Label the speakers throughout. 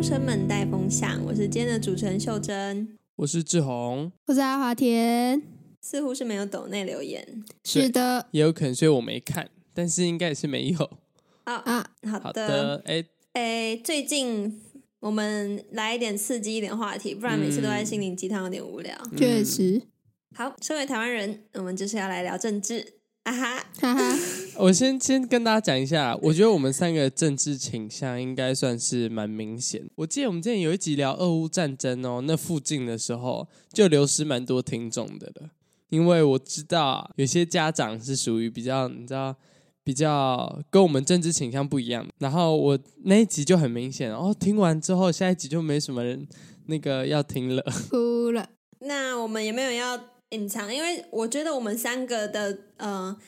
Speaker 1: 生们带风向，我是今天的主持人秀珍。
Speaker 2: 我是志宏，
Speaker 3: 我是阿啊华田。
Speaker 1: 似乎是没有抖内留言
Speaker 2: 对
Speaker 3: 是的
Speaker 2: 也有可能所以我没看，但是应该也是没有。
Speaker 1: 哦。
Speaker 3: 啊，
Speaker 1: 好
Speaker 2: 好
Speaker 1: 的，
Speaker 2: 的，哎，
Speaker 1: 哎，最近我们来一点刺激一点话题，不然每次都在心灵鸡汤有点无聊。
Speaker 2: 嗯
Speaker 3: 确实，
Speaker 1: 好，身为台湾人，我们就是要来聊政治。啊哈，
Speaker 3: 哈哈，
Speaker 2: 我先先跟大家讲一下，我觉得我们三个政治倾向应该算是蛮明显。我记得我们之前有一集聊俄乌战争哦，那附近的时候就流失蛮多听众的了，因为我知道有些家长是属于比较，你知道。比较跟我们政治倾向不一样，然后我那一集就很明显，哦，听完之后下一集就没什么人那个要听了，
Speaker 3: 哭了。
Speaker 1: 那我们也没有要隐藏，因为我觉得我们三个的呃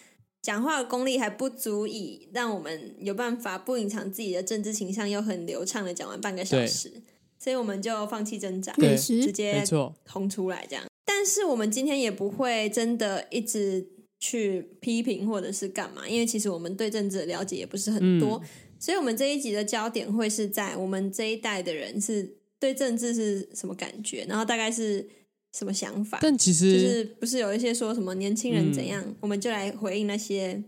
Speaker 1: 讲话的功力还不足以让我们有办法不隐藏自己的政治倾向，又很流畅的讲完半个小
Speaker 2: 对
Speaker 1: 时，所以我们就放弃挣扎，
Speaker 2: 对
Speaker 3: 确
Speaker 1: 直
Speaker 3: 实，
Speaker 1: 接
Speaker 2: 没错，
Speaker 1: 轰出来这样。但是我们今天也不会真的一直去批评或者是干嘛，因为其实我们对政治的了解也不是
Speaker 2: 嗯
Speaker 1: 很多，所以我们这一集的焦点会是在我们这一代的人是对政治是什么感觉，然后大概是什么想法。
Speaker 2: 但其
Speaker 1: 就
Speaker 2: 实
Speaker 1: 是不是有一些说什么年轻人怎
Speaker 2: 嗯
Speaker 1: 样，我们就来回应那些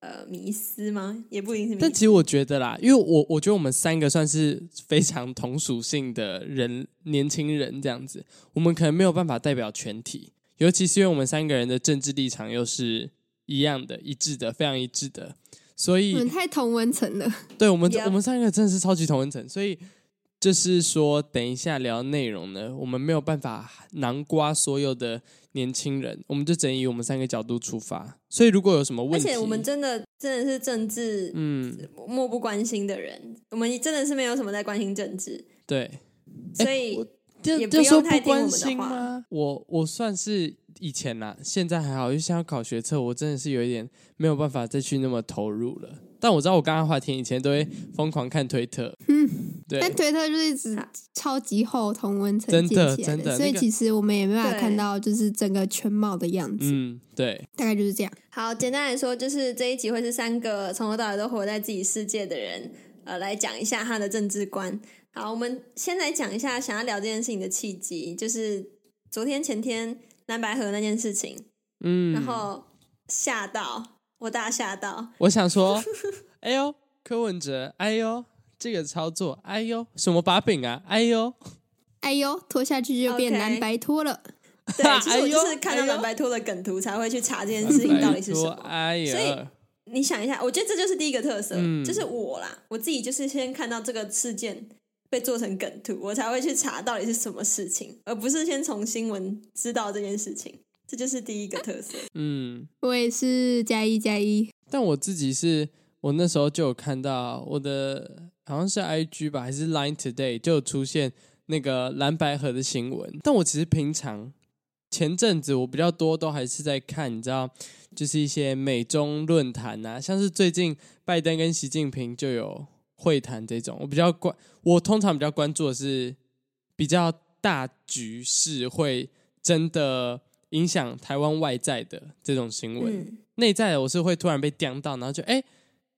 Speaker 1: 呃迷思吗？也不一定是迷
Speaker 2: 但
Speaker 1: 思。
Speaker 2: 其实我觉得啦，因为我我觉得我们三个算是非常同属性的人，年轻人这样子，我们可能没有办法代表全体，尤其是因为我们三个人的政治立场又是一样的、一致的，非常一致的，所
Speaker 3: 我
Speaker 1: 嗯
Speaker 3: 们
Speaker 2: 以
Speaker 3: 嗯太同文层了。
Speaker 2: 对我们
Speaker 1: Yep
Speaker 2: 我们三个真的是超级同文层，所以就是说，等一下聊内容呢，我们没有办法囊括所有的年轻人，我们就只能以我们三个角度出发，所以如果有什么
Speaker 1: 而
Speaker 2: 问题，
Speaker 1: 且我们真的真的是政治
Speaker 2: 嗯，
Speaker 1: 漠不关心的人，我们真的是没有什么在关心政治，
Speaker 2: 对。哎
Speaker 1: 所以、
Speaker 2: 就
Speaker 1: 也不
Speaker 2: 就
Speaker 1: 用
Speaker 2: 说
Speaker 1: 太
Speaker 2: 不
Speaker 1: 听我
Speaker 2: 关
Speaker 1: 们的
Speaker 2: 心
Speaker 1: 话
Speaker 2: 吗？我我算是以前啦，现在还好，因为现在要考学测，我真的是有一点没有办法再去那么投入了。但我知道我刚刚华田以前都会疯狂看推特，嗯， 对，
Speaker 3: 但推特就是只超级厚同文层
Speaker 2: 真的
Speaker 3: 建起来
Speaker 2: 真的
Speaker 3: 所以
Speaker 2: 那个
Speaker 3: 其实我们也没办法
Speaker 1: 对
Speaker 3: 看到就是整个全貌的样子，
Speaker 2: 嗯，对，
Speaker 3: 大概就是这样。
Speaker 1: 好，简单来说，就是这一集会是三个从头到尾都活在自己世界的人，呃，来讲一下他的政治观。好，我们先来讲一下想要聊这件事情的契机，就是昨天前天蓝白河那件事情，
Speaker 2: 嗯。
Speaker 1: 然后吓到我，大吓 到，
Speaker 2: 我想 说，哎呦，柯文哲，哎呦，这个操作，哎呦，什么把柄啊，哎呦，
Speaker 3: 哎呦，拖下去就
Speaker 1: OK
Speaker 3: 变蓝白拖了。
Speaker 1: 对，其实
Speaker 2: 哎
Speaker 1: 我
Speaker 2: 呦
Speaker 1: 就是看到
Speaker 2: 哎呦
Speaker 1: 蓝白托的梗图才会去查这件事情到底是什
Speaker 2: 拜托
Speaker 1: 么。
Speaker 2: 哎
Speaker 1: 所以
Speaker 2: 呀，
Speaker 1: 你想一下，我觉得这就是第一个特色，
Speaker 2: 嗯
Speaker 1: 就是我啦，我自己就是先看到这个事件被做成梗图，我才会去查到底是什么事情，而不是先从新闻知道这件事情。这就是第一个特色。
Speaker 2: 嗯，
Speaker 3: 我也是加一加一，
Speaker 2: 但我自己是我那时候就有看到我的好像是 IG 吧，还是 Line Today 就有出现那个蓝白盒的新闻。但我其实平常前阵子我比较多都还是在看，你知道，就是一些美中论坛啊，像是最近拜登跟习近平就有会谈这种。我比较关，我通常比较关注的是比较大局势会真的影响台湾外在的这种新闻。
Speaker 1: 嗯，
Speaker 2: 内在的我是会突然被刁到，然后就哎、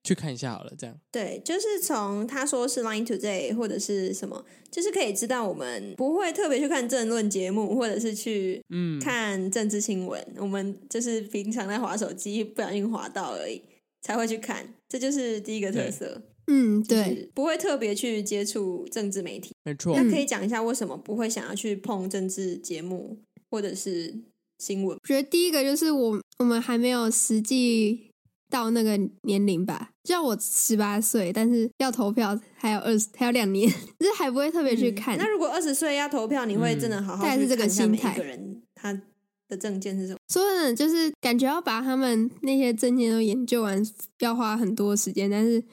Speaker 2: 去看一下好了，这样
Speaker 1: 对，就是从他说是 Line Today 或者是什么，就是可以知道我们不会特别去看政论节目，或者是去
Speaker 2: 嗯
Speaker 1: 看政治新闻，我们就是平常在划手机，不小心划到而已，才会去看。这就是第一个特
Speaker 2: 对
Speaker 1: 色。
Speaker 3: 嗯，
Speaker 1: 就
Speaker 3: 对，
Speaker 1: 是不会特别去接触政治媒体。
Speaker 2: 没错
Speaker 1: 那
Speaker 3: 嗯
Speaker 1: 可以讲一下为什么不会想要去碰政治节目或者是新闻？
Speaker 3: 我觉得第一个就是我我们还没有实际到那个年龄吧，就像我十八岁，但是要投票还有二十还有两年， 就是还不会特别去
Speaker 1: 嗯
Speaker 3: 看。嗯
Speaker 1: 那如果二十岁要投票，你会真的好好
Speaker 3: 大概
Speaker 1: 去
Speaker 3: 是这个
Speaker 1: 看一下每
Speaker 3: 心态
Speaker 1: 一个人他的证件是什么？
Speaker 3: 说真的，就是感觉要把他们那些证件都研究完，要花很多时间。但是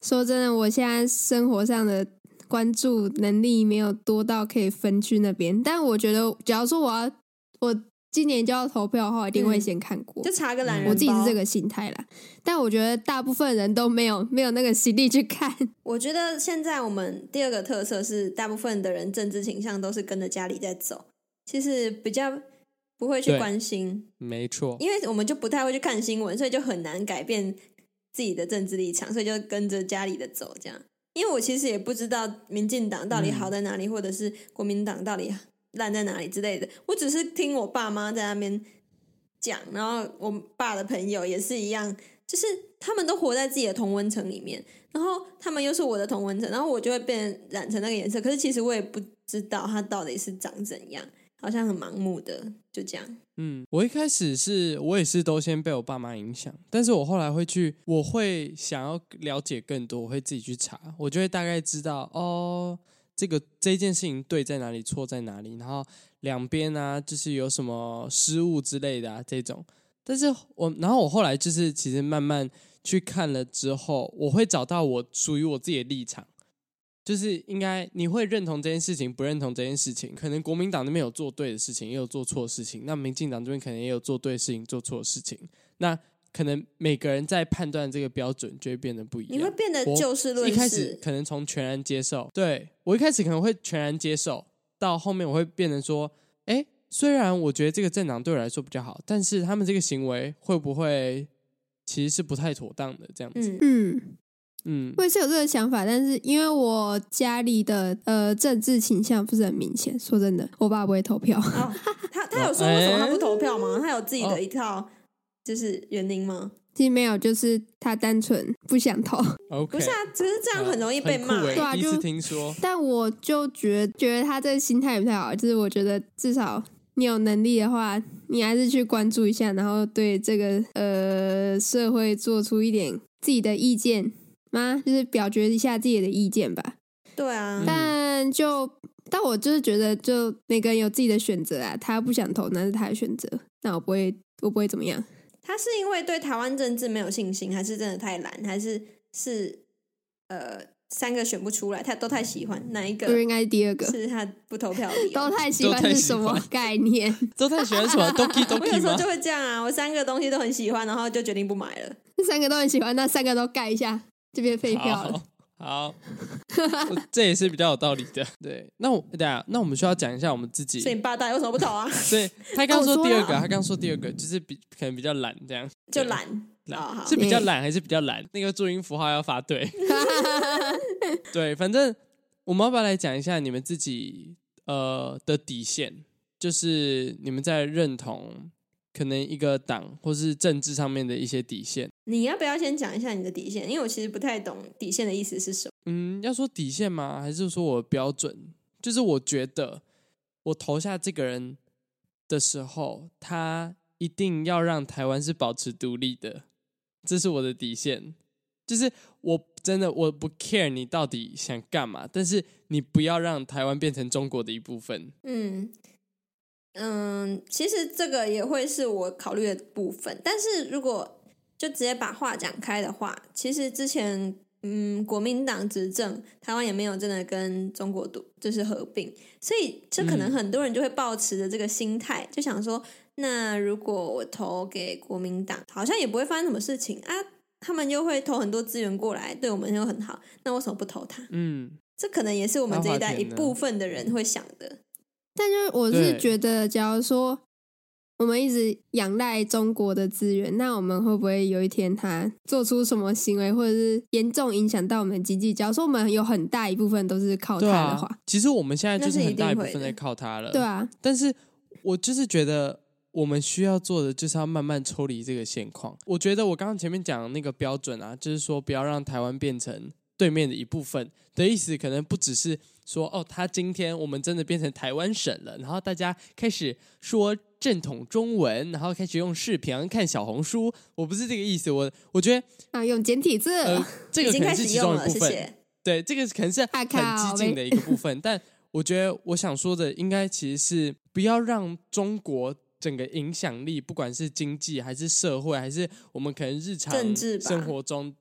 Speaker 3: 说真的，我现在生活上的关注能力没有多到可以分去那边。但我觉得，假如说我要我今年就要投票的话，我一定会先看过。
Speaker 1: 就查个懒人包。
Speaker 3: 嗯我自己是这，个心态啦，但我觉得大部分人都没有没有那个实力去 看。
Speaker 1: 我觉得现在我们第二个特色是，大部分的人政治倾向都是跟着家里在走，其实比较不会去
Speaker 2: 对
Speaker 1: 关心。
Speaker 2: 没错，
Speaker 1: 因为我们就不太会去看新闻，所以就很难改变自己的政治立场，所以就跟着家里的走这样。因为我其实也不知道民进党到底好在哪里，或者是国民党到底烂在哪里之类的。我只是听我爸妈在那边讲，然后我爸的朋友也是一样，就是他们都活在自己的同温层里面，然后他们又是我的同温层，然后我就会变染成那个颜色。可是其实我也不知道它到底是长怎样，好像很盲目的就这样。
Speaker 2: 嗯，我一开始是我也是都先被我爸妈影响，但是我后来会去，我会想要了解更多，我会自己去查，我就会大概知道哦，这个这件事情对在哪里，错在哪里，然后两边啊，就是有什么失误之类的啊这种。但是我，然后我后来就是其实慢慢去看了之后，我会找到我属于我自己的立场。就是应该你会认同这件事情，不认同这件事情。可能国民党那边有做对的事情，也有做错的事情；那民进党这边可能也有做对的事情，做错的事情。那可能每个人在判断这个标准就会变得不一样。
Speaker 1: 你会变得
Speaker 2: 我
Speaker 1: 就事论
Speaker 2: 一开始
Speaker 1: 事，
Speaker 2: 可能从全然接受，对我一开始可能会全然接受，到后面我会变成说，哎，虽然我觉得这个政党对我来说比较好，但是他们这个行为会不会其实是不太妥当的？这样子，
Speaker 1: 嗯，
Speaker 3: 嗯，
Speaker 2: 嗯
Speaker 3: 我也是有这个想法，但是因为我家里的呃政治倾向不是很明显，说真的，我爸不会投票。
Speaker 1: 哦，他他有说为什么他不投票
Speaker 2: 哎
Speaker 1: 吗？他有自己
Speaker 2: 哦
Speaker 1: 的一套就是原因吗？
Speaker 3: 其实没有，就是他单纯 不想投。
Speaker 2: ，OK，
Speaker 1: 不是啊，只是这样很容易被骂
Speaker 2: 很酷欸
Speaker 1: 欸。
Speaker 3: 对啊
Speaker 2: 第一次
Speaker 3: 就
Speaker 2: 听说，
Speaker 3: 但我就觉觉得他这个心态也不太好，就是我觉得至少你有能力的话，你还是去关注一下，然后对这个呃社会做出一点自己的意见吗？就是表决一下自己的意见吧。
Speaker 1: 对啊，
Speaker 2: 嗯
Speaker 3: 但就但我就是觉得，就每个人有自己的选择啊，他不想投那是他的选择，那我不会我不会怎么样。
Speaker 1: 他是因为对台湾政治没有信心，还是真的太懒，还是是呃三个选不出来，他都太喜欢哪一个
Speaker 3: 就应该是第二个，
Speaker 1: 是他不投票的理由
Speaker 3: 都太喜欢
Speaker 2: 都太
Speaker 3: 是
Speaker 2: 喜
Speaker 3: 什么
Speaker 2: 欢
Speaker 3: 概念？
Speaker 2: 都太喜欢 什么 Doki
Speaker 1: 我有
Speaker 2: Doki
Speaker 1: 时候就
Speaker 2: 吗？
Speaker 1: 会这样啊，我三个东西都很喜欢，然后就决定不买了。
Speaker 3: 这三个都很喜欢，那三个都盖一下，这边废票了
Speaker 2: 好。好，我这也是比较有道理的。对，那我等一下，那我们需要讲一下我们自己。
Speaker 1: 所以你爸大为什么不投 啊？
Speaker 2: 所以他刚说
Speaker 3: 哦我说
Speaker 2: 第 二个，
Speaker 3: 了
Speaker 2: 他刚说第二个就是比可能比较懒这样，
Speaker 1: 就
Speaker 2: 对啊
Speaker 1: 懒。哦
Speaker 2: 懒
Speaker 1: 好
Speaker 2: 是比较
Speaker 3: 对
Speaker 2: 懒还是比较懒？那个注音符号要发对。对，反正我们要不要来讲一下你们自己呃的底线？就是你们在认同可能一个党或是政治上面的一些底线。
Speaker 1: 你要不要先讲一下你的底线？因为我其实不太懂底线的意思是什么。
Speaker 2: 嗯，要说底线吗？还是说我的标准？就是我觉得我投下这个人的时候，他一定要让台湾是保持独立的，这是我的底线。就是我真的我不 care 你到底想干嘛，但是你不要让台湾变成中国的一部分。
Speaker 1: 嗯嗯，其实这个也会是我考虑的部分。但是如果就直接把话讲开的话，其实之前嗯，国民党执政，台湾也没有真的跟中国独就是合并，所以这可能
Speaker 2: 嗯
Speaker 1: 很多人就会抱持着这个心态，就想说，那如果我投给国民党，好像也不会发生什么事情啊。他们又会投很多资源过来，对我们又很好，那为什么不投他？
Speaker 2: 嗯，
Speaker 1: 这可能也是我们这一代
Speaker 2: 阿华
Speaker 1: 一
Speaker 2: 田呢
Speaker 1: 部分的人会想的。
Speaker 3: 但就是我
Speaker 2: 对
Speaker 3: 是觉得，假如说我们一直仰赖中国的资源，那我们会不会有一天他做出什么行为，或者是严重影响到我们的经济？假如说我们有很大一部分都是靠
Speaker 2: 对
Speaker 3: 他的
Speaker 2: 啊呃
Speaker 3: 话，。
Speaker 2: 其实我们现在就
Speaker 1: 那是一
Speaker 2: 很大一
Speaker 1: 定
Speaker 2: 部
Speaker 1: 会
Speaker 2: 分
Speaker 1: 的
Speaker 2: 在靠他了。
Speaker 3: 对啊，
Speaker 2: 但是我就是觉得我们需要做的就是要慢慢抽离这个现况。我觉得我刚刚前面讲的那个标准啊，就是说不要让台湾变成对面的一部分的意思，可能不只是说哦，他今天我们真的变成台湾省了，然后大家开始说。正统中文，然后开始用视频看小红书，我不是这个意思，我我觉得
Speaker 3: 啊，用简体字，
Speaker 2: 呃，这
Speaker 1: 已
Speaker 2: 个
Speaker 1: 经
Speaker 2: 可能
Speaker 1: 开
Speaker 2: 是
Speaker 1: 始
Speaker 2: 其
Speaker 1: 用
Speaker 2: 中一
Speaker 1: 了，
Speaker 2: 部
Speaker 1: 谢
Speaker 2: 分，
Speaker 1: 谢。
Speaker 2: 对，这个可能是很
Speaker 3: 啊靠
Speaker 2: 激进的一个部分，但我觉得我想说的应该其实是不要让中国整个影响力，不管是经济还是社会，还是我们可能日常
Speaker 1: 政治吧
Speaker 2: 生活中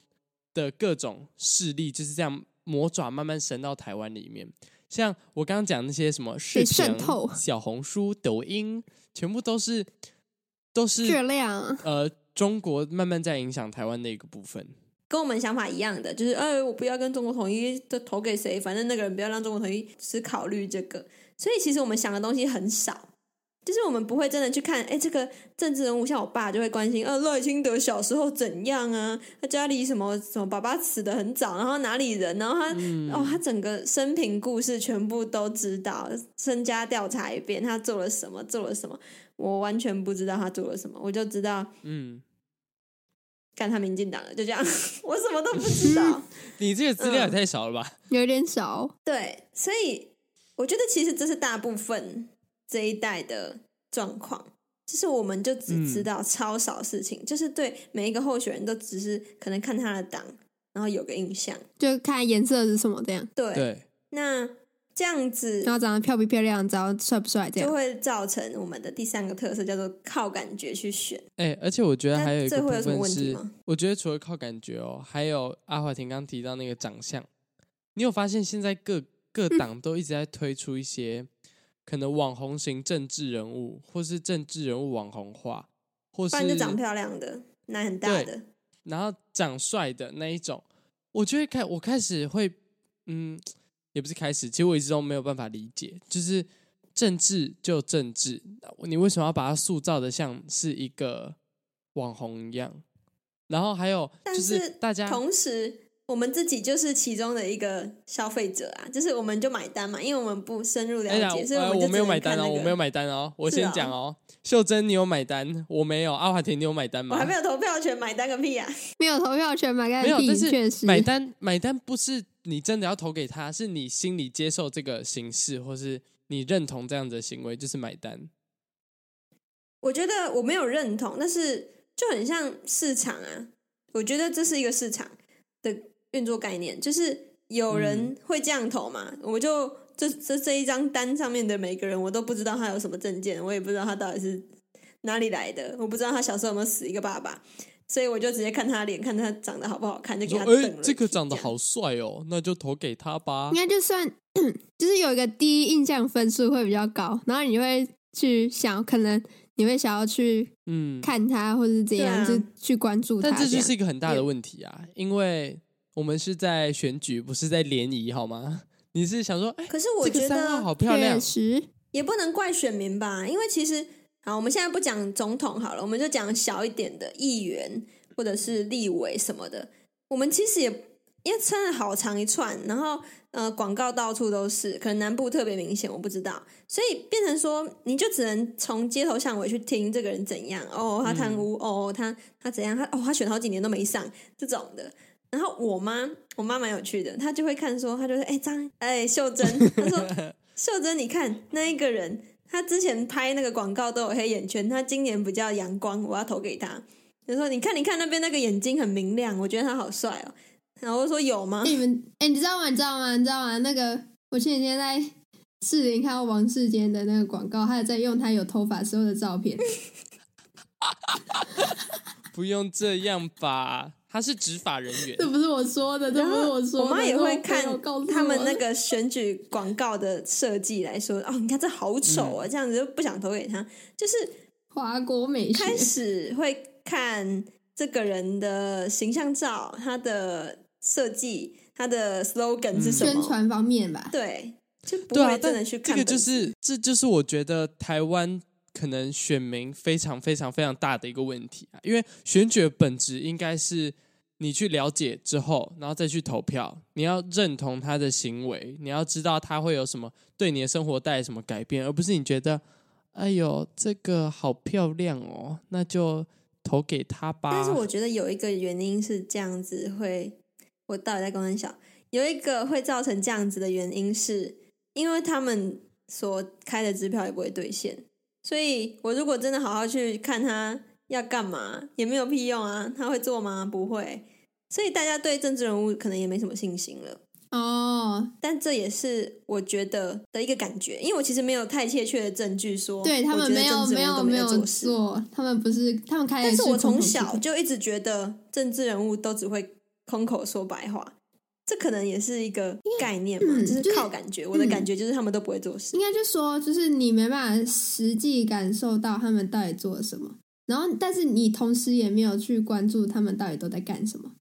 Speaker 2: 的各种势力，就是这样魔爪慢慢伸到台湾里面。像我刚刚讲那些什么视
Speaker 3: 被
Speaker 2: 频
Speaker 3: 渗透、
Speaker 2: 小红书、抖音，全部都是都
Speaker 3: 质
Speaker 2: 是
Speaker 3: 量。
Speaker 2: 呃中国慢慢在影响台湾的一个部分。
Speaker 1: 跟我们想法一样的，就是哎，我不要跟中国统一，就投给谁，反正那个人不要让中国统一，只考虑这个。所以其实我们想的东西很少，就是我们不会真的去看，哎，这个政治人物，像我爸就会关心，呃，赖清德小时候怎样啊？他家里什么什么，爸爸死的很早，然后哪里人，然后他、
Speaker 2: 嗯
Speaker 1: 哦，他整个生平故事全部都知道，身家调查一遍，他做了什么，做了什么，我完全不知道他做了什么，我就知道
Speaker 2: 嗯，
Speaker 1: 干他民进党了，就这样， 我什么都不知道。
Speaker 2: 你这个资料也太少了吧？
Speaker 3: 有点少。
Speaker 1: 对，所以我觉得其实这是大部分这一代的状况，就是我们就只知道超少事情，就是对每一个候选人都只是可能看他的党，然后有个印象。
Speaker 3: 就看颜色是什么这样，
Speaker 1: 对，
Speaker 2: 对，
Speaker 1: 那这样子
Speaker 3: 然后长得漂不漂亮，长得帅不帅这
Speaker 1: 就
Speaker 3: 样。
Speaker 1: 会造成我们的第三个特色叫做靠感觉去选。
Speaker 2: 哎、而且我觉得还有
Speaker 1: 那
Speaker 2: 一
Speaker 1: 这
Speaker 2: 个部
Speaker 1: 会有什么
Speaker 2: 分
Speaker 1: 问题
Speaker 2: 是
Speaker 1: 吗，？
Speaker 2: 我觉得除了靠感觉哦，还有阿华庭刚提到那个长相，你有发现现在各各
Speaker 1: 嗯
Speaker 2: 党都一直在推出一些可能网红型政治人物，或是政治人物网红化，或
Speaker 1: 不
Speaker 2: 是
Speaker 1: 然就长漂亮的，奶很大
Speaker 2: 对
Speaker 1: 的，
Speaker 2: 然后长帅的那一种，我就会开我开始会，嗯，也不是开始，其实我一直都没有办法理解，就是政治就政治，你为什么要把它塑造的像是一个网红一样？然后还有
Speaker 1: 但
Speaker 2: 就是大家
Speaker 1: 同时，我们自己就是其中的一个消费者啊，就是我们就买单嘛，因为我们不深入了
Speaker 2: 哎呀，
Speaker 1: 解，所以
Speaker 2: 呃
Speaker 1: 们就
Speaker 2: 我
Speaker 1: 只
Speaker 2: 没有
Speaker 1: 能
Speaker 2: 买
Speaker 1: 看
Speaker 2: 单
Speaker 1: 那
Speaker 2: 哦，
Speaker 1: 个。
Speaker 2: 我没有买单哦，我
Speaker 1: 是
Speaker 2: 先
Speaker 1: 啊
Speaker 2: 讲哦，秀珍你有买单，我没有，阿华田你有买单吗？
Speaker 1: 我还没有投票权，买单个屁啊！
Speaker 3: 没有投票权买
Speaker 2: 没
Speaker 3: 单
Speaker 2: 有，但
Speaker 3: 地，确
Speaker 2: 是
Speaker 3: 实
Speaker 2: 买单买单不是你真的要投给他，是你心里接受这个形式，或是你认同这样子的行为，就是买单。
Speaker 1: 我觉得我没有认同，但是就很像市场啊。我觉得这是一个市场的运作概念，就是有
Speaker 2: 嗯
Speaker 1: 人会这样投嘛，我就这这这一张单上面的每个人，我都不知道他有什么证件，我也不知道他到底是哪里来的，我不知道他小时候有没有死一个爸爸，所以我就直接看他脸，看他长得好不好看，就
Speaker 2: 你
Speaker 1: 给
Speaker 2: 说，
Speaker 1: 他
Speaker 2: 哎、
Speaker 1: 瞪了。
Speaker 2: 这个长得，好帅哦，那就投给他吧
Speaker 3: 应。该就算就是有一个第一印象分数会比较高，然后你会去想，可能你会想要去
Speaker 2: 嗯，
Speaker 3: 看他，或是怎样，
Speaker 1: 对啊
Speaker 3: 就去关注他
Speaker 2: 但
Speaker 3: 样。
Speaker 2: 这就是一个很大的问题啊，因为我们是在选举，不是在联谊，好吗？ 你是想说，哎、
Speaker 1: 可是我
Speaker 2: 这
Speaker 1: 觉
Speaker 2: 个三
Speaker 1: 得
Speaker 2: 号好漂亮
Speaker 3: 确，实，
Speaker 1: 也不能怪选民吧，因为其实好，我们现在不讲总统好了，我们就讲小一点的议员或者是立委什么的。我们其实也因为撑了好长一串，然后呃广告到处都是，可能南部特别明显，我不知道，所以变成说你就只能从街头巷尾去听这个人怎样哦，他贪污、哦，他他怎样，他哦他选好几年都没上这种的。然后我妈，我妈蛮有趣的，她就会看说，她就说，哎、张，哎、秀珍，她说秀珍，你看那一个人，他之前拍那个广告都有黑眼圈，他今年比较阳光，我要投给他。他说：“你看，你看那边那个眼睛很明亮，我觉得他好帅哦。”然后我就说：“有吗
Speaker 3: 哎、你们，哎、你知道吗？你知道吗？你知道吗？那个，我前几天在士林看到王世坚的那个广告，他有在用他有头发时候的照 片，
Speaker 2: 不用这样吧？他是执法人员
Speaker 3: 这，不是我说的，？”这
Speaker 1: 然
Speaker 3: 不是
Speaker 1: 后
Speaker 3: 我说的。
Speaker 1: 我妈也
Speaker 3: 是
Speaker 1: 会
Speaker 3: 朋
Speaker 1: 看
Speaker 3: 友告诉
Speaker 1: 他们
Speaker 3: 我
Speaker 1: 那
Speaker 3: 的
Speaker 1: 个选举广告的设计来说：“哦，你看这好丑啊、这样子就不想投给他。”就是
Speaker 3: 华国美学
Speaker 1: 开始会看这个人的形象照、他的设计、他的 slogan 是什么，
Speaker 3: 宣传方面吧，
Speaker 1: 对，就不
Speaker 2: 对啊
Speaker 1: 会真的
Speaker 2: 但
Speaker 1: 去看
Speaker 2: 这
Speaker 1: 本质、
Speaker 2: 个就是这就是我觉得台湾可能选民非常非常非常大的一个问题啊，因为选举的本质应该是你去了解之后，然后再去投票，你要认同他的行为，你要知道他会有什么对你的生活带来什么改变，而不是你觉得，哎呦这个好漂亮哦，那就投给他吧。
Speaker 1: 但是我觉得有一个原因是这样子会，我到底在公安小有一个会造成这样子的原因是，因为他们所开的支票也不会兑现，所以我如果真的好好去看他要干嘛，也没有屁用啊。他会做吗？不会。所以大家对政治人物可能也没什么信心了。
Speaker 3: 哦，
Speaker 1: 但这也是我觉得的一个感觉，因为我其实没有太确切的证据说，
Speaker 3: 对他
Speaker 1: 哦我觉
Speaker 3: 们
Speaker 1: 得
Speaker 3: 没有
Speaker 1: 政治
Speaker 3: 没
Speaker 1: 人物
Speaker 3: 有
Speaker 1: 都
Speaker 3: 没
Speaker 1: 有
Speaker 3: 有
Speaker 1: 事
Speaker 3: 做，他们不是他们开的
Speaker 1: 但是我
Speaker 3: 空
Speaker 1: 从
Speaker 3: 头支
Speaker 1: 小
Speaker 3: 票
Speaker 1: 就一直觉得政治人物都只会空口说白话，这可能也是一个概念嘛，
Speaker 3: 嗯
Speaker 1: 就
Speaker 3: 就是
Speaker 1: 是靠感觉。我的感觉就是他们都不会做事
Speaker 3: 应。该就说，就是你没办法实际感受到他们到底做了什么，然后但是你同时也没有去关注他们到底都在干什么，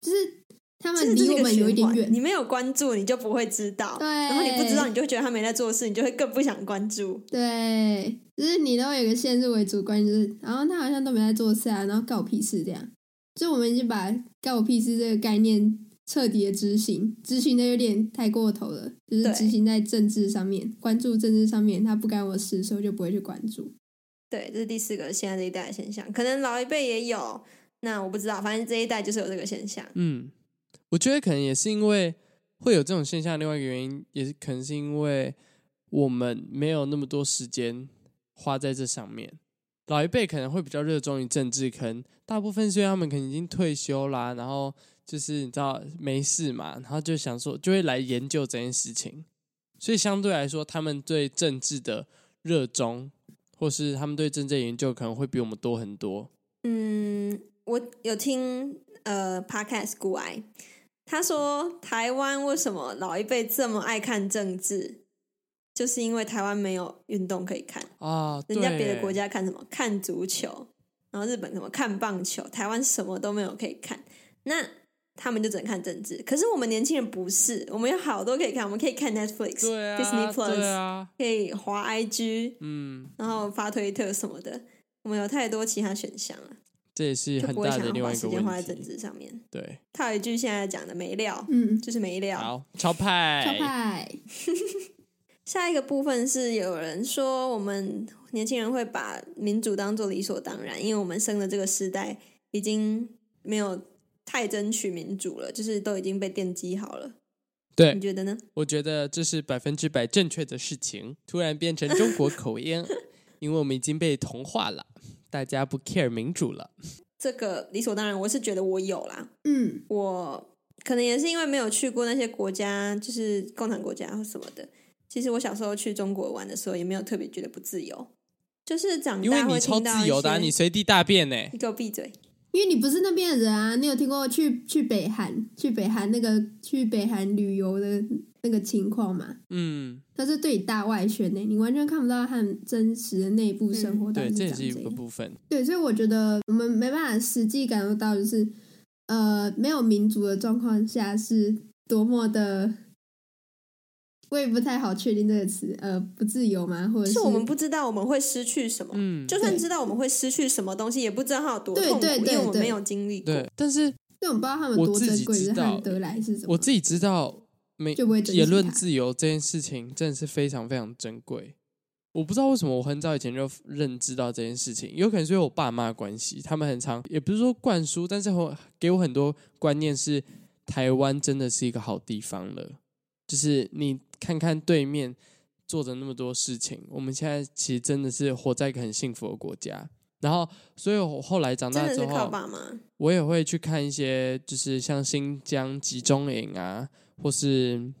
Speaker 3: 就是他他
Speaker 1: 这
Speaker 3: 们
Speaker 1: 是
Speaker 3: 嗯离
Speaker 1: 这
Speaker 3: 我
Speaker 1: 个
Speaker 3: 们有一
Speaker 1: 循
Speaker 3: 点
Speaker 1: 环
Speaker 3: 远。
Speaker 1: 你没有关注，你就不会知道。
Speaker 3: 对
Speaker 1: 然后你不知道，你就会觉得他没在做事，你就会更不想关注。
Speaker 3: 对，就是你都有一个先入为主观，就是然后他好像都没在做事啊，然后干我屁事这样。就我们已经把“干我屁事”这个概念彻底的执行，执行的有点太过头了，就是
Speaker 1: 对
Speaker 3: 执行在政治上面，关注政治上面，他不干我事，所以我就不会去关注。
Speaker 1: 对，这是第四个现在这一代的现象，可能老一辈也有，那我不知道，反正这一代就是有这个现象。
Speaker 2: 嗯，我觉得可能也是因为会有这种现象，另外一个原因也是可能是因为我们没有那么多时间花在这上面。老一辈可能会比较热衷于政治，可能大部分是因为他们可能已经退休啦，然后就是你知道没事嘛，然后就想说就会来研究这件事情，所以相对来说，他们对政治的热衷，或是他们对政治的研究可能会比我们多很多。
Speaker 1: 嗯，我有听呃 podcast 古癌，他说台湾为什么老一辈这么爱看政治，就是因为台湾没有运动可以看，
Speaker 2: 啊，
Speaker 1: 哦人家别的
Speaker 2: 对
Speaker 1: 国家看什么看足球，然后日本什么看棒球，台湾什么都没有可以看，那他们就只能看政治。可是我们年轻人不是，我们有好多可以看，我们可以看 Netflix，
Speaker 2: 对啊
Speaker 1: Disney Plus
Speaker 2: 对啊，
Speaker 1: 可以滑 IG，
Speaker 2: 嗯，
Speaker 1: 然后发推特什么的，我们有太多其他选项了，
Speaker 2: 这也是
Speaker 1: 就
Speaker 2: 很
Speaker 1: 不会
Speaker 2: 大
Speaker 1: 想
Speaker 2: 的另
Speaker 1: 要
Speaker 2: 外
Speaker 1: 花
Speaker 2: 一个
Speaker 1: 时间花在
Speaker 2: 问
Speaker 1: 政
Speaker 2: 题。
Speaker 1: 治上面。
Speaker 2: 对，
Speaker 1: 他有一句现在讲的没料，
Speaker 3: 嗯，
Speaker 1: 就是没料。
Speaker 2: 好，超派，
Speaker 3: 超派，
Speaker 1: 下一个部分是有人说我们年轻人会把民主当做理所当然，因为我们生的这个时代已经没有太争取民主了，就是都已经被奠基好了。你
Speaker 2: 对，
Speaker 1: 觉得呢？
Speaker 2: 我觉得这是百分之百正确的事情。突然变成中国口音， 因为我们已经被同化了，大家不 care 民主了。
Speaker 1: 这个理所当然，我是觉得我有啦，
Speaker 3: 嗯，
Speaker 1: 我可能也是因为没有去过那些国家，就是共产国家或什么的。其实我小时候去中国玩的时候，也没有特别觉得不自由，就是长
Speaker 2: 因
Speaker 1: 嗯
Speaker 2: 为
Speaker 1: 大
Speaker 2: 你
Speaker 1: 会
Speaker 2: 超
Speaker 1: 听到
Speaker 2: 自
Speaker 1: 一
Speaker 2: 由的啊、
Speaker 1: 些
Speaker 2: 你随地大便呢、
Speaker 1: 你给我闭嘴！
Speaker 3: 因为你不是那边的人啊，你有听过去去北韩，去北韩那个去北韩旅游的那个情况吗？
Speaker 2: 嗯，
Speaker 3: 他是对你大外宣呢、你完全看不到他们真实的内部生活到
Speaker 2: 对，
Speaker 3: 底
Speaker 2: 这
Speaker 3: 是
Speaker 2: 也
Speaker 3: 长
Speaker 2: 是一
Speaker 3: 怎
Speaker 2: 个
Speaker 3: 样。
Speaker 2: 部分。
Speaker 3: 对，所以我觉得我们没办法实际感受到，就是呃，没有民主的状况下是多么的，我也不太好确定这个词，呃，不自由吗？或者
Speaker 1: 是我们不知道我们会失去什么，
Speaker 2: 嗯，
Speaker 1: 就算
Speaker 3: 对
Speaker 1: 知道我们会失去什么东西，也不知道它有多痛苦，
Speaker 3: 对对对
Speaker 1: 因为我们
Speaker 3: 对
Speaker 1: 没有经历过。
Speaker 2: 对，但是
Speaker 3: 对我们不知道他们
Speaker 2: 我
Speaker 3: 多
Speaker 2: 自
Speaker 3: 珍
Speaker 2: 己
Speaker 3: 贵，
Speaker 2: 知
Speaker 3: 就是他
Speaker 2: 道
Speaker 3: 们得来是什么？
Speaker 2: 我自己知道，没
Speaker 3: 就不会珍惜
Speaker 2: 言论
Speaker 3: 它
Speaker 2: 自由这件事情真的是非常非常珍贵。我不知道为什么我很早以前就认知到这件事情，有可能是因为我爸妈的关系，他们很常也不是说灌输，但是我给我很多观念是台湾真的是一个好地方了。就是你看看对面做着那么多事情，我们现在其实真的是活在一个很幸福的国家。然后，所以我后来长
Speaker 1: 真
Speaker 2: 大
Speaker 1: 的
Speaker 2: 之
Speaker 1: 是
Speaker 2: 后，
Speaker 1: 靠爸妈。
Speaker 2: 我也会去看一些，就是像新疆集中营啊，或是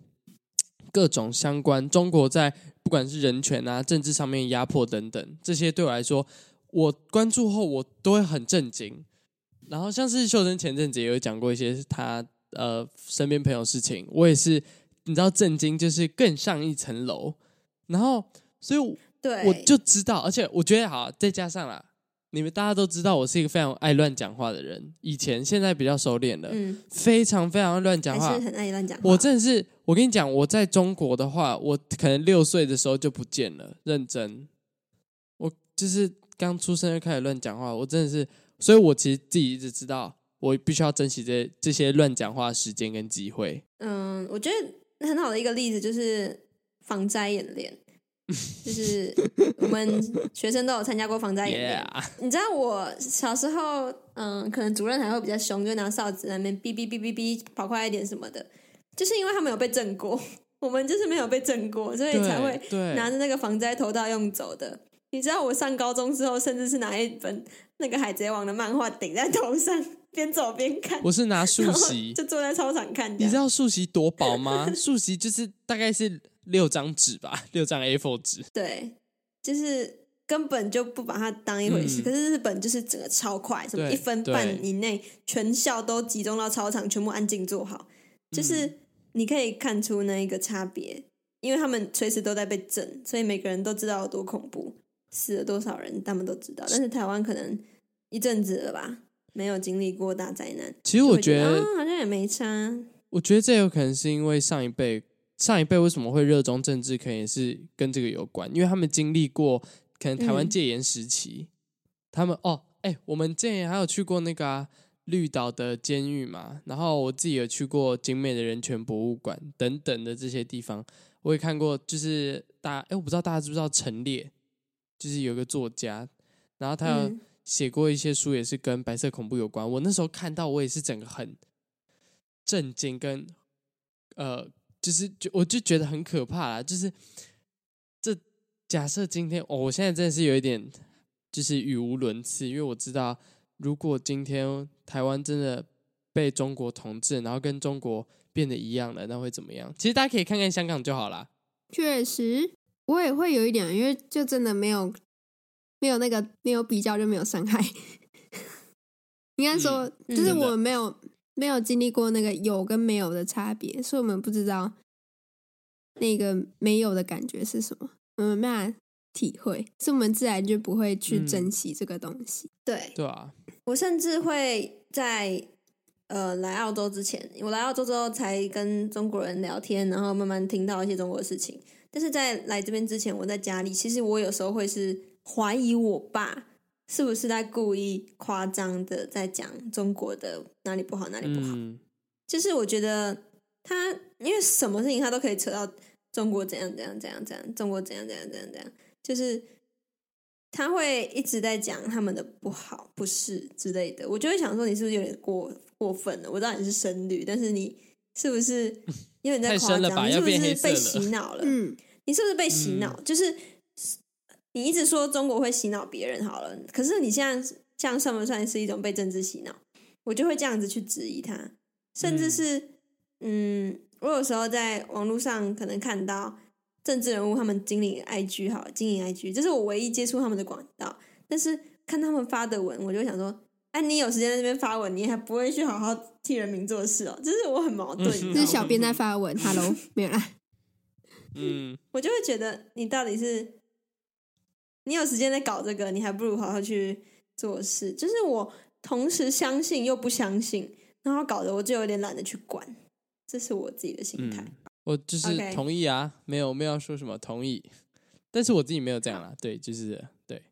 Speaker 2: 各种相关中国在不管是人权啊、政治上面压迫等等，这些对我来说，我关注后我都会很震惊。然后像是秀珍前阵子也有讲过一些她呃身边朋友的事情，我也是你知道震惊就是更上一层楼，然后所以我
Speaker 1: 对，
Speaker 2: 我就知道，而且我觉得好，再加上啦，你们大家都知道我是一个非常爱乱讲话的人，以前现在比较收敛了，
Speaker 1: 嗯，
Speaker 2: 非常非常爱乱讲
Speaker 1: 还
Speaker 2: 话
Speaker 1: 是。很爱乱讲话。
Speaker 2: 我真的是，我跟你讲，我在中国的话，我可能六岁的时候就不见了，认真。我就是刚出生就开始乱讲话，我真的是，所以我其实自己一直知道，我必须要珍惜这这些乱讲话的时间跟机会。
Speaker 1: 嗯，我觉得很好的一个例子就是防灾演 练，就是我们学生都有参加过防灾演练。
Speaker 2: Yeah，
Speaker 1: 你知道我小时候，嗯，可能主任还会比较凶，就拿哨子在那边哔哔哔哔哔，跑快一点什么的，就是因为他们有被震过，我们就是没有被震过，所以才会
Speaker 2: 对对
Speaker 1: 拿着那个防灾头套用走的。你知道我上高中之后，甚至是拿一本那个《海贼王》的漫画顶在头上， 边走边看，
Speaker 2: 我是拿
Speaker 1: 然
Speaker 2: 数
Speaker 1: 后
Speaker 2: 席，
Speaker 1: 就坐在操场看这样。
Speaker 2: 你知道数席多薄 吗？数席就是大概是六张纸吧，六张 A4 纸。
Speaker 1: 对，就是根本就不把它当一回事。
Speaker 2: 嗯
Speaker 1: 可是日本就是整个超快，什么
Speaker 2: 对
Speaker 1: 一分半
Speaker 2: 对
Speaker 1: 以内，全校都集中到操场，全部安静坐好，
Speaker 2: 嗯
Speaker 1: 就是你可以看出那一个差别，因为他们随时都在被震，所以每个人都知道有多恐怖，死了多少人，他们都知道。但是台湾可能一阵子了吧，没有经历过大灾难，
Speaker 2: 其实我
Speaker 1: 就会觉
Speaker 2: 觉得
Speaker 1: 啊，好像也没差。
Speaker 2: 我觉得这有可能是因为上一辈，上一辈为什么会热衷政治，可能也是跟这个有关，因为他们经历过可能台湾
Speaker 1: 嗯
Speaker 2: 戒严时期，他们哦，哎、我们之前还有去过那个、啊、绿岛的监狱嘛，然后我自己有去过景美的人权博物馆等等的这些地方，我也看过，就是大哎、我不知道大家知不知道陈列，就是有一个作家，然后他有
Speaker 1: 嗯
Speaker 2: 写过一些书，也是跟白色恐怖有关。我那时候看到，我也是整个很震惊，跟呃，就是就我就觉得很可怕啦。就是这假设今天，哦，我现在真的是有一点就是语无伦次，因为我知道，如果今天台湾真的被中国统治，然后跟中国变得一样了，那会怎么样？其实大家可以看看香港就好啦。
Speaker 3: 确实，我也会有一点，因为就真的没有没有那个没有比较就没有伤害。 应该说，
Speaker 1: 嗯
Speaker 3: 就是
Speaker 2: 真的
Speaker 3: 我们没有没有经历过那个有跟没有的差别，所以我们不知道那个没有的感觉是什么，我们没办法体会，所以我们自然就不会去
Speaker 2: 嗯
Speaker 3: 珍惜这个东西。
Speaker 1: 对
Speaker 2: 对啊，
Speaker 1: 我甚至会在呃来澳洲之前，我来澳洲之后才跟中国人聊天，然后慢慢听到一些中国的事情。但是在来这边之前，我在家里，其实我有时候会是怀疑我爸是不是在故意夸张的在讲中国的哪里不好哪里不好。
Speaker 2: 嗯，
Speaker 1: 就是我觉得他因为什么事情他都可以扯到中国怎样怎样怎样怎样，中国怎样怎样怎样怎样，就是他会一直在讲他们的不好、不是之类的。我就会想说，你是不是有点过过分了？我知道你是深绿，但是你是不是有点在
Speaker 2: 嗯太
Speaker 1: 夸
Speaker 2: 深了吧
Speaker 1: 张？你是不
Speaker 2: 要变黑
Speaker 1: 是
Speaker 2: 色
Speaker 1: 被
Speaker 2: 了
Speaker 1: 洗脑 了？
Speaker 3: 嗯，
Speaker 1: 你是不是被洗脑？就是你一直说中国会洗脑别人好了，可是你现在这样算不算是一种被政治洗脑？我就会这样子去质疑他，甚至是嗯我有时候在网络上可能看到政治人物他们经营 IG 好了经营 IG，这是我唯一接触他们的管道，但是看他们发的文，我就会想说。哎、你有时间在那边发文，你还不会去好好替人民做事哦，就是我很矛盾。你知道
Speaker 3: 这
Speaker 1: 吗
Speaker 3: 是小编在发文，Hello，没有啦，
Speaker 2: 嗯，
Speaker 1: 我就会觉得你到底是你有时间在搞这个，你还不如好好去做事。就是我同时相信又不相信，然后搞得我就有点懒得去管，这是我自己的心态。
Speaker 2: 嗯我就是
Speaker 1: OK
Speaker 2: 同意啊没有没有要说什么同意，但是我自己没有这样啦，对，就是对，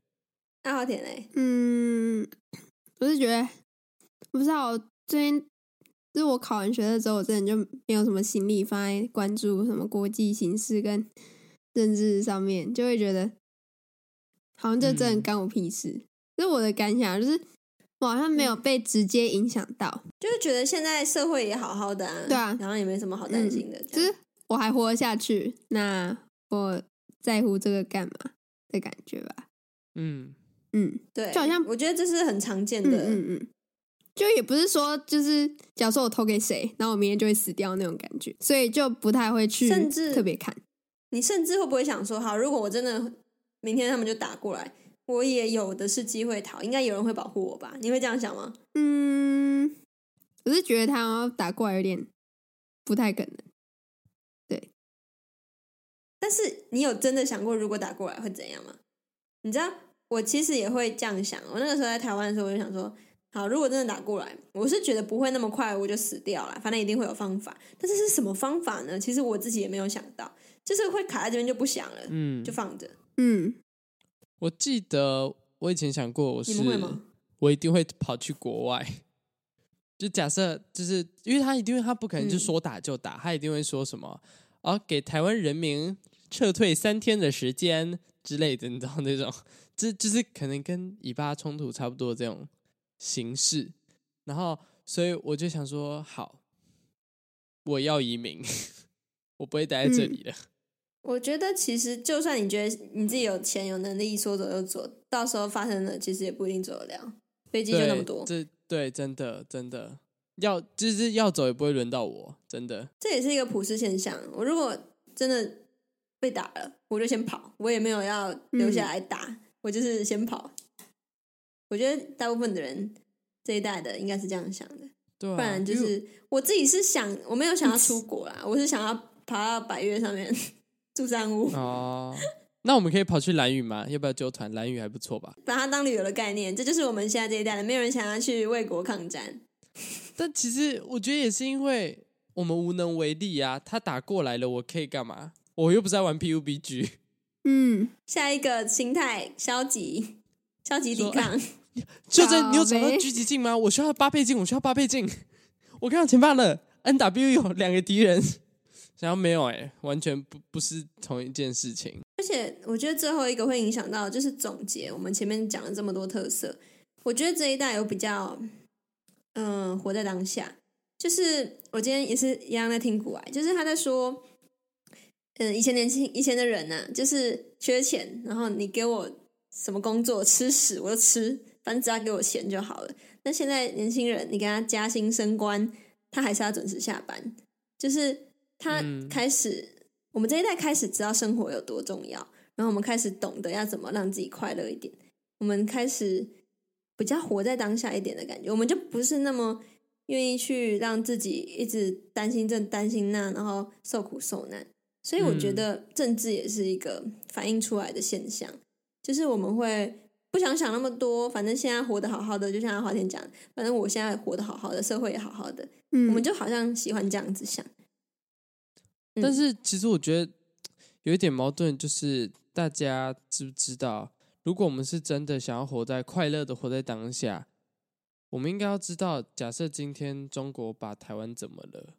Speaker 1: 那阿华田嘞，
Speaker 3: 嗯，我是觉得，我不知道，我最近就是我考完学了之后，我真的就没有什么心力放在关注什么国际形势跟政治上面，就会觉得好像这真的
Speaker 2: 嗯
Speaker 3: 干我屁事。这是我的感想，就是我好像没有被直接影响到，
Speaker 1: 就是觉得现在社会也好好的、啊，
Speaker 3: 对啊
Speaker 1: 然后也没什么好担心的，
Speaker 3: 就
Speaker 1: 这样
Speaker 3: 是我还活得下去，那我在乎这个干嘛的感觉吧。
Speaker 2: 嗯，
Speaker 3: 嗯，
Speaker 1: 对，
Speaker 3: 就好像
Speaker 1: 我觉得这是很常见的，
Speaker 3: 嗯嗯嗯，就也不是说就是，假如说我投给谁，然后我明天就会死掉那种感觉，所以就不太会去
Speaker 1: 甚至
Speaker 3: 特别看。
Speaker 1: 你甚至会不会想说，好，如果我真的明天他们就打过来，我也有的是机会逃，应该有人会保护我吧？你会这样想吗？
Speaker 3: 嗯，我是觉得他要打过来有点不太可能。
Speaker 1: 但是你有真的想过，如果打过来会怎样吗？你知道，我其实也会这样想。我那个时候在台湾的时候，我就想说，好，如果真的打过来，我是觉得不会那么快我就死掉了，反正一定会有方法。但是是什么方法呢？其实我自己也没有想到，就是会卡在这边就不想了，
Speaker 2: 嗯
Speaker 1: 就，放着。
Speaker 3: 嗯，
Speaker 2: 我记得我以前想过，我
Speaker 1: 你
Speaker 2: 是
Speaker 1: 们会吗？
Speaker 2: 我一定会跑去国外。就假设，就是因为他一定会，他不可能就
Speaker 1: 嗯
Speaker 2: 说打就打，他一定会说什么啊，给台湾人民撤退三天的时间之类的，你知道那种，这就是可能跟以巴冲突差不多这种形式。然后，所以我就想说，好，我要移民， 我不会待在这
Speaker 3: 嗯
Speaker 2: 里了。
Speaker 1: 我觉得其实，就算你觉得你自己有钱有能力，说走就走，到时候发生了，其实也不一定走得了。飞机就
Speaker 2: 对，
Speaker 1: 那么多，这
Speaker 2: 这对真的真的要就是要走也不会轮到我，真的。
Speaker 1: 也是一个普世现象。我如果真的被打了，我就先跑，我也没有要留下来打，
Speaker 2: 嗯
Speaker 1: 我就是先跑。我觉得大部分的人这一代的应该是这样想的，
Speaker 2: 对、啊，
Speaker 1: 不然就
Speaker 2: 因为嗯
Speaker 1: 是我自己是想，我
Speaker 2: 嗯
Speaker 1: 没有想要出国啦，我是想要爬到百越上面住山屋。
Speaker 2: 哦，那我们可以跑去蓝屿吗？要不要纠团？蓝屿还不错吧？
Speaker 1: 把它当旅游的概念，这就是我们现在这一代的，没有人想要去为国抗战。
Speaker 2: 但其实我觉得也是因为我们无能为力啊。他打过来了，我可以干嘛？我又不是在玩 PUBG。
Speaker 3: 嗯，
Speaker 1: 下一个心态消 极，消极抵抗，
Speaker 2: 秀珍，你有找
Speaker 3: 宝
Speaker 2: 到
Speaker 3: 贝
Speaker 2: 狙击镜吗？我需要八倍镜，我需要八倍镜。我看到前方了，NW 有两个敌人， 然后没有哎、完全不不是同一件事情。
Speaker 1: 而且我觉得最后一个会影响到，就是总结我们前面讲了这么多特色，我觉得这一代有比较，嗯、活在当下。就是我今天也是一样在听古癌，就是他在说，嗯、以前年轻以前的人呐、就是缺钱，然后你给我什么工作吃屎我就吃，反正只要给我钱就好了。那现在年轻人，你给他加薪升官，他还是要准时下班，就是他
Speaker 2: 嗯
Speaker 1: 开始，我们这一代开始知道生活有多重要，然后我们开始懂得要怎么让自己快乐一点，我们开始比较活在当下一点的感觉，我们就不是那么愿意去让自己一直担心这担心那，然后受苦受难。所以我觉
Speaker 2: 嗯
Speaker 1: 得政治也是一个反映出来的现象，就是我们会不想想那么多，反正现在活得好好的，就像华田讲，反正我现在活得好好的，社会也好好的，
Speaker 3: 嗯，
Speaker 1: 我们就好像喜欢这样子想。嗯
Speaker 2: 但是其实我觉得有一点矛盾，就是大家知不知道，如果我们是真的想要活在快乐的活在当下，我们应该要知道，假设今天中国把台湾怎么了，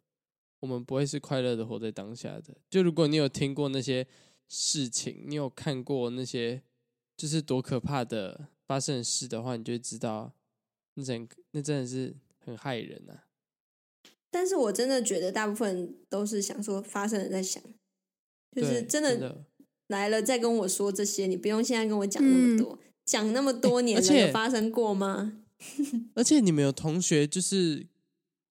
Speaker 2: 我们不会是快乐的活在当下的。就如果你有听过那些事情，你有看过那些就是多可怕的发生的事的话，你就会知道，那真那真的是很害人啊。
Speaker 1: 但是我真的觉得大部分人都是想说发生了再想，就是
Speaker 2: 对
Speaker 1: 真
Speaker 2: 真
Speaker 1: 的
Speaker 2: 的
Speaker 1: 来了再跟我说这些，你不用现在跟我讲那么多，讲那么多年
Speaker 2: 嗯哎而
Speaker 1: 了，
Speaker 2: 且
Speaker 1: 有发生过吗？
Speaker 2: 而且你们有同学就是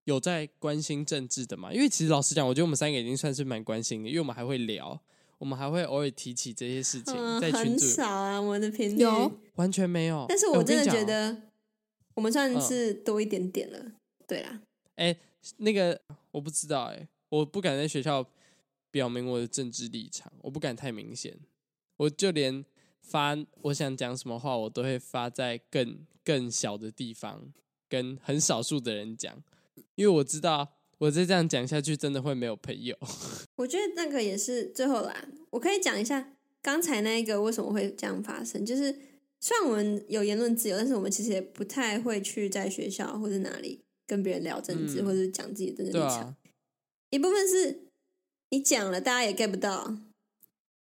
Speaker 2: 有在关心政治的嘛？因为其实老实讲，我觉得我们三个已经算是蛮关心的，因为我们还会聊，我们还会偶尔提起这些事情，
Speaker 1: 嗯，
Speaker 2: 在群
Speaker 1: 很
Speaker 2: 组
Speaker 1: 少啊，我们的频率。
Speaker 3: 有
Speaker 2: 完全没有。
Speaker 1: 但是
Speaker 2: 哎
Speaker 1: 我
Speaker 2: 跟
Speaker 1: 真的
Speaker 2: 你讲
Speaker 1: 觉
Speaker 2: 哦
Speaker 1: 得我们算
Speaker 2: 嗯
Speaker 1: 是多一点点了。对啦，
Speaker 2: 那个我不知道哎、我不敢在学校表明我的政治立场，我不敢太明显，我就连发我想讲什么话，我都会发在更更小的地方，跟很少数的人讲，因为我知道我再这样讲下去，真的会没有朋友。
Speaker 1: 我觉得那个也是最后啦。我可以讲一下刚才那一个为什么会这样发生，就是虽然我们有言论自由，但是我们其实也不太会去在学校或者哪里跟别人聊政治，
Speaker 2: 嗯
Speaker 1: 或者讲自己的政治
Speaker 2: 对
Speaker 1: 立场。
Speaker 2: 啊，
Speaker 1: 一部分是你讲了，大家也 get 不到，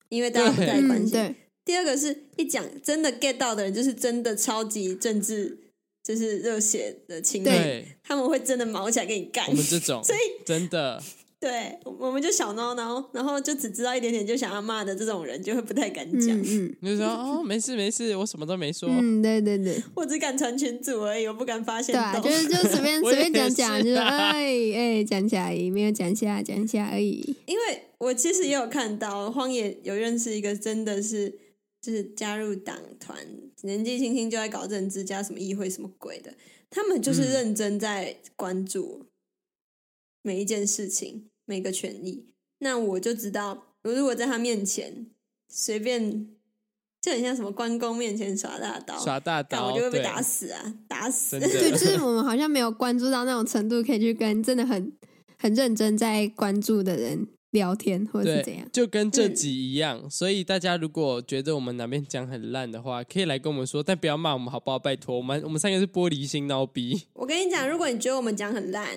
Speaker 1: 因为大家不
Speaker 2: 对
Speaker 1: 太关
Speaker 3: 嗯，
Speaker 1: 心。
Speaker 3: 对，
Speaker 1: 第二个是一讲真的 get 到的人，就是真的超级政治，就是热血的青年，
Speaker 2: 对
Speaker 1: 他们会真的毛起来跟你干
Speaker 2: 我。们 这种
Speaker 1: 所以
Speaker 2: 真的，
Speaker 1: 对，我我们就小孬孬，然后就只知道一点点就想要骂的这种人，就会不太敢讲。
Speaker 3: 嗯嗯
Speaker 2: 你就说哦，没事没事，我什么都没说。
Speaker 3: 嗯，对对对，
Speaker 1: 我只敢传群组而已，我不敢发现
Speaker 3: 对啊，
Speaker 1: 到。
Speaker 3: 就是就随便
Speaker 2: 我也
Speaker 3: 随便讲讲，
Speaker 2: 是
Speaker 3: 就是
Speaker 2: 啊
Speaker 3: 哎哎讲起来而已，没有讲下讲下而已。
Speaker 1: 因为我其实也有看到荒野有认识一个真的是就是加入党团，年纪轻轻就在搞政治，加什么议会什么鬼的，他们就是
Speaker 2: 嗯
Speaker 1: 认真在关注每一件事情、每个权益。那我就知道，我如果在他面前随便，就很像什么关公面前耍大刀，
Speaker 2: 耍大
Speaker 1: 干我
Speaker 2: 刀，
Speaker 1: 就会被
Speaker 2: 对，
Speaker 1: 打死啊，打死
Speaker 2: 真！ 的
Speaker 3: 对，就是我们好像没有关注到那种程度，可以去跟真的很很认真在关注的人聊天，或者是怎
Speaker 2: 对
Speaker 3: 样，。
Speaker 2: 就跟
Speaker 1: 嗯
Speaker 2: 这集一样。所以大家如果觉得我们哪边讲很烂的话，可以来跟我们说，但不要骂我们好不好？拜托，我们我们三个是玻璃心孬逼，
Speaker 1: 我跟你讲，如果你觉得我们讲很烂，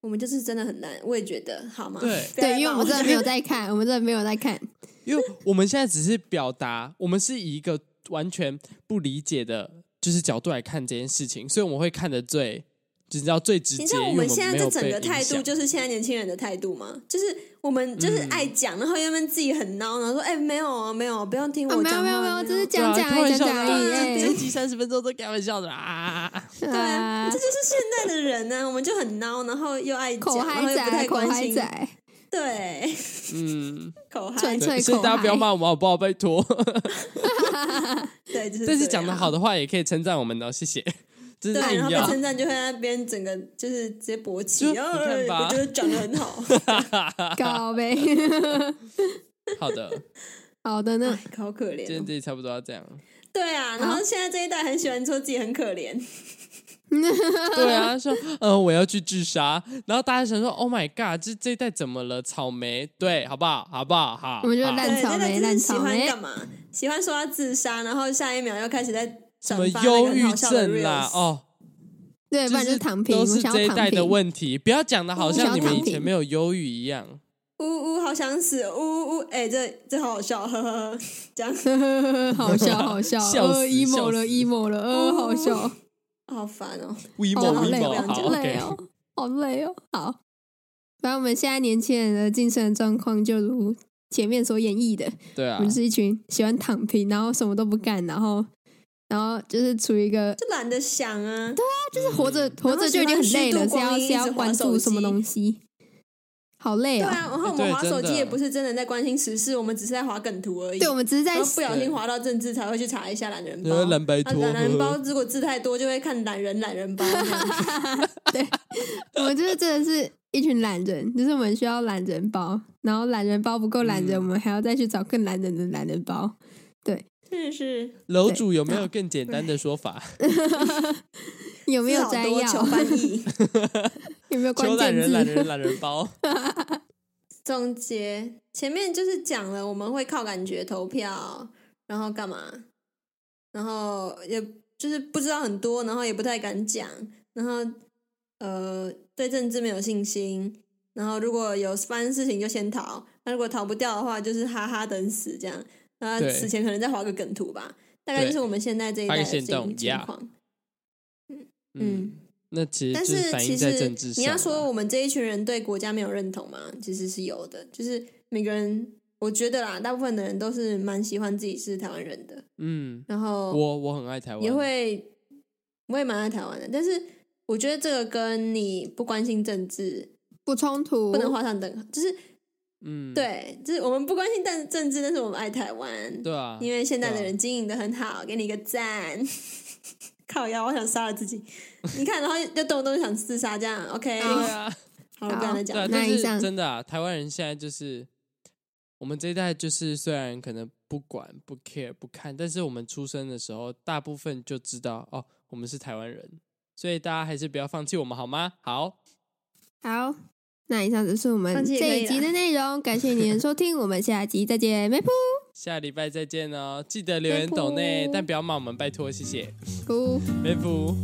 Speaker 1: 我们就是真的很烂，我也觉得，好吗？
Speaker 2: 对啊
Speaker 1: 不要再
Speaker 3: 对，因为我
Speaker 1: 骂
Speaker 3: 们真的没 有
Speaker 1: 了
Speaker 3: 在看，我们真的没有在看。
Speaker 2: 因为我们现在只是表达，我们是以一个完全不理解的，就是角度来看这件事情，所以我们会看得最，只知道最直接。
Speaker 1: 你知道我
Speaker 2: 因为
Speaker 1: 们现在
Speaker 2: 没有
Speaker 1: 这整
Speaker 2: 被
Speaker 1: 个态
Speaker 2: 影
Speaker 1: 度，
Speaker 2: 响嗯
Speaker 1: 就是现在年轻人的态度吗？就是我们就是爱讲，然后原本自己很孬，然后说：“哎、没有啊，没有，不用听
Speaker 3: 啊，
Speaker 1: 我
Speaker 3: 没
Speaker 1: 讲
Speaker 3: 有
Speaker 1: 话。
Speaker 3: 没有没有，只是
Speaker 2: 对啊
Speaker 3: 讲讲
Speaker 2: 开
Speaker 3: 而
Speaker 2: 玩
Speaker 3: 已，
Speaker 2: 笑
Speaker 3: 讲讲
Speaker 2: 的啊
Speaker 3: 而已。
Speaker 2: 这
Speaker 3: 哎
Speaker 2: 这集三十分钟都开玩笑的啊！
Speaker 1: 对 啊，这就是现在的人啊呢、我们就很孬，然后又爱
Speaker 3: 口
Speaker 1: 讲，然后
Speaker 3: 嗨
Speaker 1: 又不
Speaker 3: 仔，
Speaker 1: 太
Speaker 3: 口
Speaker 1: 关
Speaker 3: 嗨
Speaker 1: 心。
Speaker 3: 仔，
Speaker 1: 对，
Speaker 2: 嗯，
Speaker 1: 口嗨
Speaker 3: 蠢，
Speaker 2: 对，
Speaker 3: 脆啊
Speaker 2: 所以
Speaker 3: 口
Speaker 2: 大家不要
Speaker 3: 嗨
Speaker 2: 骂我们好不好？拜 托。
Speaker 1: 对，就是
Speaker 2: 但是
Speaker 1: 这样
Speaker 2: 讲的好的话，也可以称赞我们
Speaker 3: 啊
Speaker 2: 哦，谢谢。 这
Speaker 1: 对，
Speaker 2: 是
Speaker 1: 然
Speaker 2: 硬
Speaker 1: 后被
Speaker 2: 要，
Speaker 1: 称赞就会在那边整个就是直接勃起，
Speaker 2: 就
Speaker 1: 然后
Speaker 2: 你看吧
Speaker 1: 我觉得讲的很好。
Speaker 3: 高呗。
Speaker 2: 好的，
Speaker 3: 好的呢
Speaker 1: 哎，，好可
Speaker 2: 今天
Speaker 1: 怜哦。
Speaker 2: 这里差不多要这 样。
Speaker 1: 对啊，然后现在这一代很喜欢说自己很可怜，
Speaker 2: 对啊，说呃我要去自杀，然后大家想说 Oh my God，这这一代怎么了？草莓，对，好不好？好不好？好，
Speaker 3: 我们就
Speaker 2: 好
Speaker 3: 烂
Speaker 1: 对，
Speaker 3: 草
Speaker 1: 这代就
Speaker 3: 莓，
Speaker 1: 是
Speaker 3: 烂
Speaker 1: 喜
Speaker 3: 草
Speaker 1: 欢
Speaker 3: 莓
Speaker 1: 干，嘛？喜欢说要自杀，然后下一秒又开始在
Speaker 2: 什
Speaker 1: 转
Speaker 2: 么
Speaker 1: 发那个
Speaker 2: 忧
Speaker 1: 很
Speaker 2: 郁
Speaker 1: 好笑的
Speaker 2: 症啦
Speaker 1: reels，
Speaker 2: 哦，
Speaker 3: 对，不然
Speaker 2: 就
Speaker 3: 就是躺平。
Speaker 2: 都
Speaker 3: 我
Speaker 2: 是
Speaker 3: 想
Speaker 2: 这
Speaker 3: 要
Speaker 2: 一代
Speaker 3: 躺
Speaker 2: 的
Speaker 3: 平。
Speaker 2: 问题，不要讲的好像你们以前没有忧郁一样。
Speaker 1: 呜呜，好想死，呜呜，哎、这这好好笑，呵呵呵，这样
Speaker 3: 好笑，好 笑，
Speaker 2: 笑死
Speaker 3: 呃，emo 了
Speaker 2: 笑死
Speaker 3: ，emo 了，呃，好笑，
Speaker 1: 哦好烦哦。
Speaker 3: 哦
Speaker 2: WeMo
Speaker 3: 好累哦，
Speaker 2: WeMo，好
Speaker 3: 好累
Speaker 2: OK，
Speaker 3: 哦，好累哦，好。反正我们现在年轻人的精神状况，就如前面所演绎的，
Speaker 2: 对
Speaker 3: 我
Speaker 2: 啊
Speaker 3: 们，是一群喜欢躺平，然后什么都不干，然后，然后就是处于一个
Speaker 1: 就懒得想啊。
Speaker 3: 就是活着活着就已经很累了，是要是要关注什么东西，好累
Speaker 1: 对
Speaker 3: 哦。
Speaker 1: 啊，然后我
Speaker 2: 哎对
Speaker 1: 们划
Speaker 2: 真
Speaker 1: 手
Speaker 2: 的
Speaker 1: 机也不是真的在关心时事，我们只是在划梗图而已。
Speaker 3: 对，我们只是在
Speaker 1: 然后不小心划到政治，才会去查一下懒人
Speaker 2: 然后
Speaker 1: 包。
Speaker 2: 蓝白
Speaker 1: 啊
Speaker 2: 拖，
Speaker 1: 懒人包
Speaker 2: 呵呵
Speaker 1: 如果字太多，就会看懒人懒人包。
Speaker 3: 我们就是真的是一群懒人，就是我们需要懒人包，然后懒人包不够懒人，
Speaker 2: 嗯
Speaker 3: 我们还要再去找更懒人的懒人包。
Speaker 1: 真的是
Speaker 2: 楼
Speaker 3: 对
Speaker 2: 主有没
Speaker 1: 啊
Speaker 2: 有更简单的说法？
Speaker 3: 有没有
Speaker 1: 字好
Speaker 3: 摘
Speaker 1: 多
Speaker 3: 要
Speaker 1: 求？翻译。
Speaker 3: 有没有 关
Speaker 2: 求懒
Speaker 3: 键
Speaker 2: 人，懒
Speaker 3: 字？
Speaker 2: 人，懒 人包。
Speaker 1: 总结前面就是讲了，我们会靠感觉投票，然后干嘛？然后也就是不知道很多，然后也不太敢讲，然后呃对政治没有信心，然后如果有发生事情就先逃，那如果逃不掉的话，就是哈哈等死这样。那
Speaker 2: 对
Speaker 1: 死前可能再画个梗图吧，大概就是我们现在这一
Speaker 2: 发
Speaker 1: 代
Speaker 2: 个
Speaker 1: 的
Speaker 2: 限动
Speaker 1: 情情
Speaker 2: yeah
Speaker 1: 况。
Speaker 2: 嗯，那其实
Speaker 1: 但
Speaker 2: 就是反
Speaker 1: 其
Speaker 2: 映在政
Speaker 1: 实
Speaker 2: 治
Speaker 1: 你
Speaker 2: 上啊。
Speaker 1: 要说我们这一群人对国家没有认同吗？其实是有的，就是每个人，我觉得啦，大部分的人都是蛮喜欢自己是台湾人的，
Speaker 2: 嗯，
Speaker 1: 然后
Speaker 2: 我我很爱台湾，
Speaker 1: 也会，我也蛮爱台湾的，但是我觉得这个跟你不关心政治
Speaker 3: 不冲突，
Speaker 1: 不能画上等号，就是
Speaker 2: 嗯，
Speaker 1: 对，就是我们不关心政政治，但是我们爱台湾，
Speaker 2: 对啊，
Speaker 1: 因为现在的
Speaker 2: 对啊
Speaker 1: 人经营的很好，给你一个赞。 靠腰，我想杀了自己。你看，然后就动不动就想自杀，这样 OK？
Speaker 2: 对啊，
Speaker 1: 好了，不想再讲
Speaker 2: 对
Speaker 1: 了
Speaker 2: 啊，。
Speaker 3: 那
Speaker 2: 但
Speaker 3: 一
Speaker 2: 是
Speaker 3: 项
Speaker 2: 真的啊，台湾人现在就是我们这一代，就是虽然可能不管、不 care、不看，但是我们出生的时候，大部分就知道哦，我们是台湾人，所以大家还是不要放弃我们好吗？好，
Speaker 3: 好。那以上就是我们
Speaker 1: 放弃也可
Speaker 3: 这
Speaker 1: 以
Speaker 3: 一
Speaker 1: 啦
Speaker 3: 集的内容，感谢您的收听，我们下集再见，梅普
Speaker 2: 下礼拜再见哦，记得留言抖内，
Speaker 1: 拜拜
Speaker 2: 但不要骂我们，拜托，谢谢，
Speaker 3: 咕。
Speaker 2: 梅福，